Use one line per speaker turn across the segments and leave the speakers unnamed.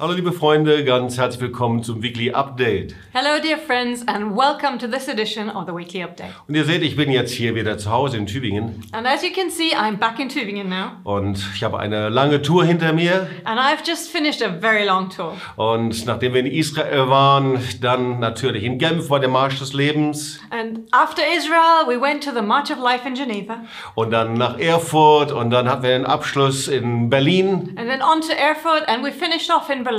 Hallo liebe Freunde, ganz herzlich willkommen zum Weekly Update.
Hello, dear friends, and welcome to this edition of the Weekly Update.
Und ihr seht, ich bin jetzt hier wieder zu Hause in Tübingen
And as you can see, I'm back in Tübingen now,
und ich habe eine lange Tour hinter mir.
and I've just finished a very long tour.
Und nachdem wir in Israel waren, dann natürlich in Genf war der Marsch des Lebens
And after Israel, we went to the March of Life in Geneva,
und dann nach Erfurt und dann hatten wir den Abschluss in Berlin.
and then on to Erfurt, and we finished off in Berlin.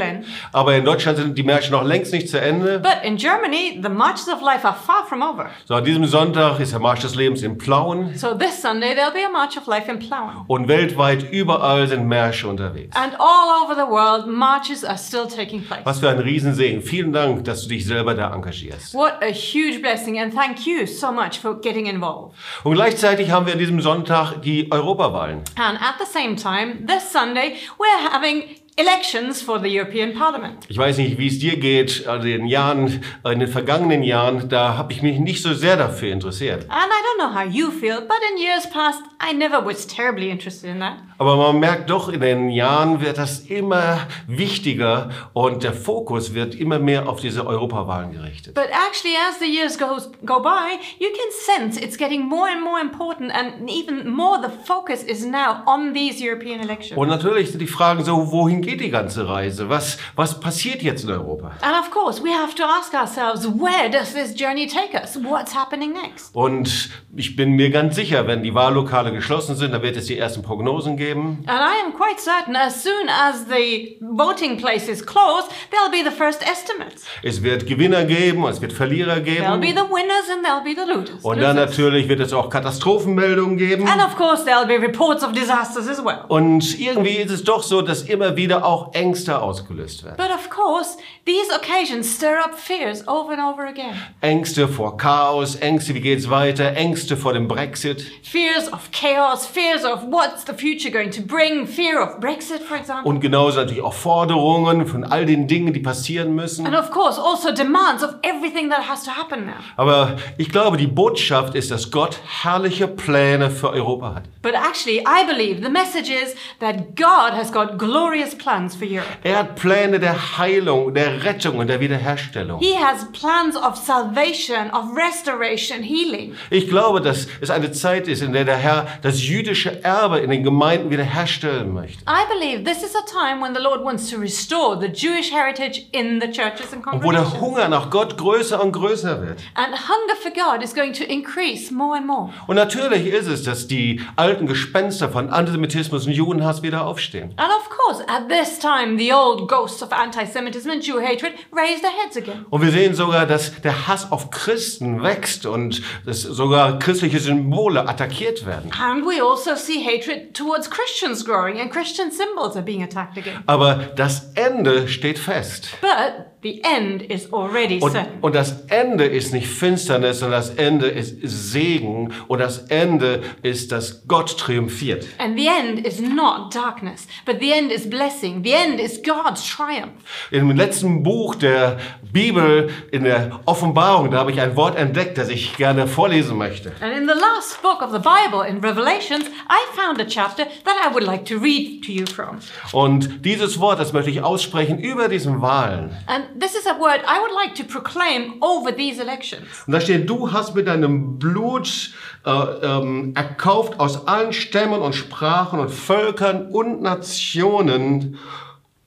Aber in Deutschland sind die Märsche noch längst nicht zu Ende.
But in Germany, the marches of life are far from over.
So, an diesem Sonntag ist der Marsch des Lebens in Plauen
So this Sunday, there'll be a March of Life in Plauen.
und weltweit überall sind Märsche unterwegs.
And all over the world, marches are still taking place.
Was für ein Riesensegen. Vielen Dank, dass du dich selber da engagierst.
What a huge blessing, and thank you so much for getting involved.
Und gleichzeitig haben wir an diesem Sonntag die Europawahlen.
And at the same time, this Sunday, we're having elections for the European Parliament.
Ich weiß nicht, wie es dir geht, also in den Jahren, in den vergangenen Jahren, da habe ich mich nicht so sehr dafür interessiert.
And I don't know how you feel, but in years past, I never was terribly interested in that.
Aber man merkt doch, in den Jahren wird das immer wichtiger und der Fokus wird immer mehr auf diese Europawahlen gerichtet.
But actually, as the years goes, go by, you can sense it's getting more and more important, and even more the focus is now on these European elections.
Und natürlich sind die Fragen so, wohin geht die ganze Reise? Was, was passiert jetzt in Europa?
And of course, we have to ask ourselves where does this journey take us? What's happening next?
Und ich bin mir ganz sicher, wenn die Wahllokale geschlossen sind, dann wird es die ersten Prognosen geben.
And I am quite certain as soon as the voting places close, there'll be the first estimates.
Es wird Gewinner geben, es wird Verlierer
There'll
geben.
be the winners and there'll be the losers.
Und dann
losers.
natürlich wird es auch Katastrophenmeldungen geben.
And of course, there'll be reports of disasters as well.
Und irgendwie ist es doch so, dass immer wieder auch Ängste ausgelöst werden.
But of course, these occasions stir up fears over and over again.
Ängste vor Chaos, Ängste, wie geht's weiter, Ängste vor dem Brexit.
Fears of chaos, fears of what's the future going to bring, fear of Brexit, for example.
Und genauso natürlich auch Forderungen von all den Dingen, die passieren müssen.
And of course, also demands of everything that has to happen now.
Aber ich glaube, die Botschaft ist, dass Gott herrliche Pläne für Europa hat.
But actually, I believe the message is that God has got glorious plans for Europe.
Er hat Pläne der Heilung, der Rettung und der Wiederherstellung.
He has plans of salvation, of restoration, healing.
Ich glaube, dass es eine Zeit ist, in der der Herr das jüdische Erbe in den Gemeinden wiederherstellen möchte.
I believe this is a time when the Lord wants to restore the Jewish heritage in the churches and
Und wo der
congregations.
Hunger nach Gott größer und größer wird.
And hunger for God is going to increase more and more.
Und natürlich ist es, dass die alten Gespenster von Antisemitismus und Judenhass wieder aufstehen.
And of course, at this time, the old ghosts of anti Semitism and Jew hatred raise their heads again.
Und wir sehen sogar, dass der Hass auf Christen wächst und dass sogar christliche Symbole attackiert werden.
And we also see hatred towards Christians growing, and Christian symbols are being attacked again.
Aber das Ende steht fest.
But the end is already
Und,
certain.
und das Ende ist nicht Finsternis, sondern das Ende ist Segen und das Ende ist, dass Gott triumphiert.
And the end is not darkness, but the end is blessing. The end is God's triumph.
Im letzten Buch der Bibel, in der Offenbarung, da habe ich ein Wort entdeckt, das ich gerne vorlesen möchte.
And in the last book of the Bible, in Revelations, I found a chapter that I would like to read to you from.
Und dieses Wort, das möchte ich aussprechen über diesen Wahlen.
And this is a word I would like to proclaim over these elections.
Und da steht, du hast mit deinem Blut äh, ähm, erkauft aus allen Stämmen und Sprachen und Völkern und Nationen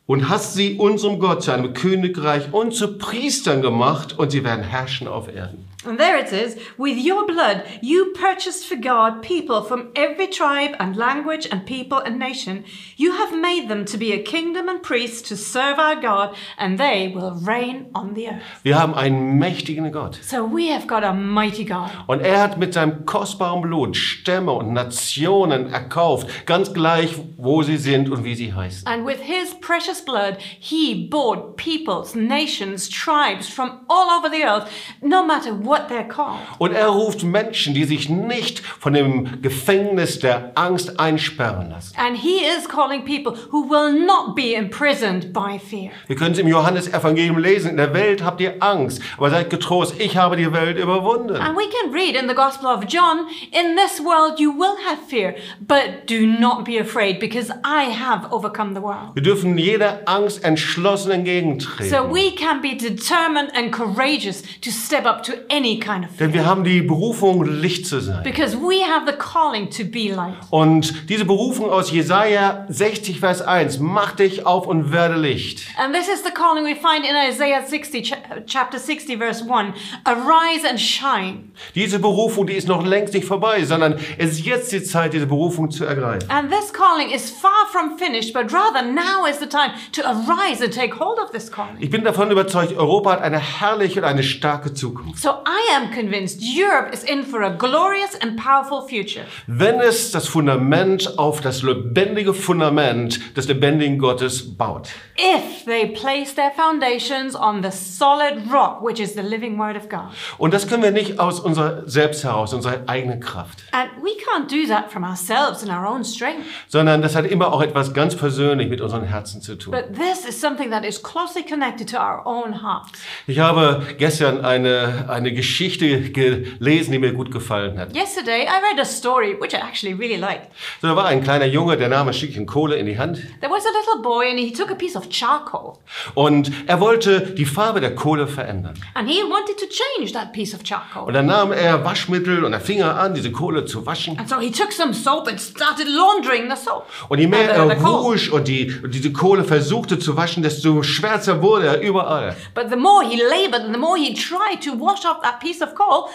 und hast sie unserem Gott zu einem Königreich und zu Priestern gemacht und sie werden herrschen auf Erden.
And there it is With your blood, you purchased for God people from every tribe and language and people and nation. You have made them to be a kingdom and priests to serve our God, and they will reign on the earth.
Wir haben einen mächtigen Gott.
So we have got a mighty God.
Und er hat mit seinem kostbaren Blut Stämme und Nationen erkauft, ganz gleich, wo sie sind und wie sie heißen.
And with his precious blood, he bought peoples, nations, tribes from all over the earth, no matter what they're called.
Und er ruft Menschen, die sich nicht von dem Gefängnis der Angst einsperren lassen.
And he is calling people who will not be imprisoned by fear.
Wir können es im Johannesevangelium lesen. In der Welt habt ihr Angst, aber seid getrost, ich habe die Welt überwunden.
And we can read in the Gospel of John, in this world you will have fear, but do not be afraid because I have overcome the world.
Wir dürfen jeder Angst entschlossen
So
entgegentreten.
we can be determined and courageous to step up to any kind of fear
Denn wir haben die Berufung, Licht zu sein.
because we have the calling to be light.
Und diese Berufung aus Jesaja 60, Vers 1, mach dich auf und werde Licht.
And this is the calling we find in Isaiah 60, cha- chapter 60, verse 1. Arise and shine.
Diese Berufung, die ist noch längst nicht vorbei, sondern es ist jetzt die Zeit, diese Berufung zu ergreifen.
And this calling is far from finished, but rather now is the time to arise and take hold of this calling.
Ich bin davon überzeugt, Europa hat eine herrliche und eine starke Zukunft.
So I am convinced Europe is in for a glorious and powerful future.
Wenn es das Fundament auf das lebendige Fundament des lebendigen Gottes baut.
If they place their foundations on the solid rock, which is the living word of God.
Und das können wir nicht aus unserer selbst heraus, unserer eigenen Kraft,
And we can't do that from ourselves in our own strength,
sondern das hat immer auch etwas ganz persönlich mit unseren Herzen zu tun.
but this is something that is closely connected to our own hearts.
Ich habe gestern eine, eine Geschichte gelesen, die mir gut gefallen hat.
Yesterday, I read a story which I actually really liked.
So, da war ein kleiner Junge, der nahm ein Stückchen Kohle in die Hand
There was a little boy and he took a piece of charcoal
und er wollte die Farbe der Kohle verändern.
and he wanted to change that piece of charcoal.
Und dann nahm er Waschmittel und er fing an, diese Kohle zu waschen.
And so he took some soap and started laundering the soap.
Und je mehr
Uh, the- the
er
coal.
wusch und, die, und diese Kohle versuchte zu waschen, desto schwärzer wurde er überall.
But the more he labored and the more he tried to wash off that piece of coal,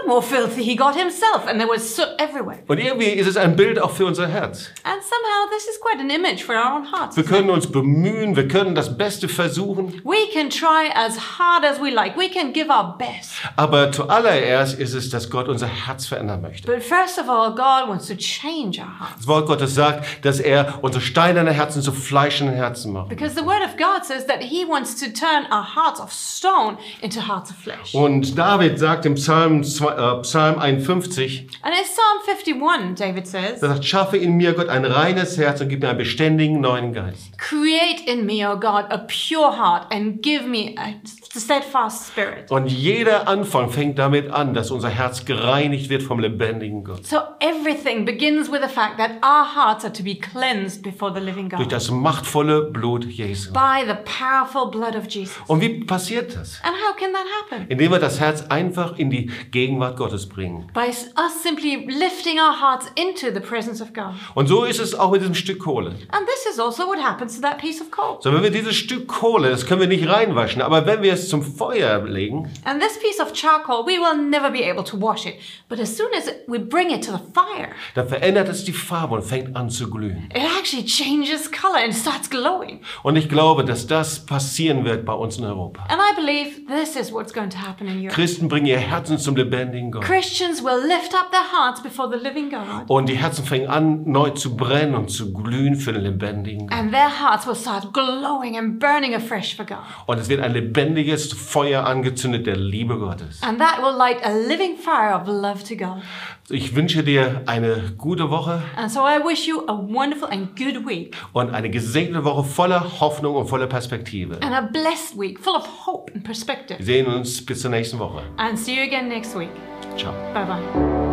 the more filthy he got himself, and there was soot everywhere.
Und irgendwie ist es ein Bild auch für unser Herz.
And somehow, this is quite an image for our own hearts.
Wir können uns bemühen, wir können das Beste versuchen,
We can try as hard as we like, we can give our best.
aber zuallererst ist es, dass Gott unser Herz verändern möchte.
But first of all, God wants to change our hearts.
Das Wort Gottes sagt, dass er unsere steinernen Herzen zu fleischenden Herzen macht.
Because the Word of God says that He wants to turn our hearts of stone into hearts of flesh.
Und David sagt im Psalm, zwei- äh, Psalm 51,
And in Psalm 51, David says,
er sagt, schaffe in mir Gott ein reines Herz und gib mir einen beständigen neuen Geist.
Create in me, O God, a pure heart and give me a steadfast spirit.
Und jeder Anfang fängt damit an, dass unser Herz gereinigt wird vom lebendigen Gott.
So everything begins with the fact that our hearts are to be cleansed before the living
Durch
God
das machtvolle Blut Jesu.
by the powerful blood of Jesus.
Und wie passiert das?
And how can that happen?
Indem wir das Herz einfach in die Gegenwart Gottes bringen.
By s- us simply lifting our hearts into the presence of God.
Und so ist es auch mit diesem Stück Kohle.
And this is also what happens to that piece of coal.
So, wenn wir dieses Stück Kohle, das können wir nicht reinwaschen, aber wenn wir es zum Feuer legen,
And this piece of charcoal, we will never be able to wash it. But as soon as it- we bring it to the fire,
dann verändert es die Farbe und fängt an zu glühen.
it actually changes color and starts glowing.
Und ich glaube, dass das passieren wird bei uns in Europa.
And I believe this is what's going to happen in Europe.
Christen bringen ihr Herzen zum lebendigen Gott.
Christians will lift up their hearts before the living God.
Und die Herzen fangen an, neu zu brennen und zu glühen für den lebendigen Gott.
And their hearts will start glowing and burning afresh for God.
Und es wird ein lebendiges Feuer angezündet der Liebe Gottes.
And that will light a living fire of love to God.
Ich wünsche dir eine gute Woche
And so I wish you a wonderful and good week,
und eine gesegnete Woche voller Hoffnung und voller Perspektive.
and a blessed week full of hope and perspective.
Wir sehen uns bis zur nächsten Woche.
And see you again next week.
Ciao.
Bye bye.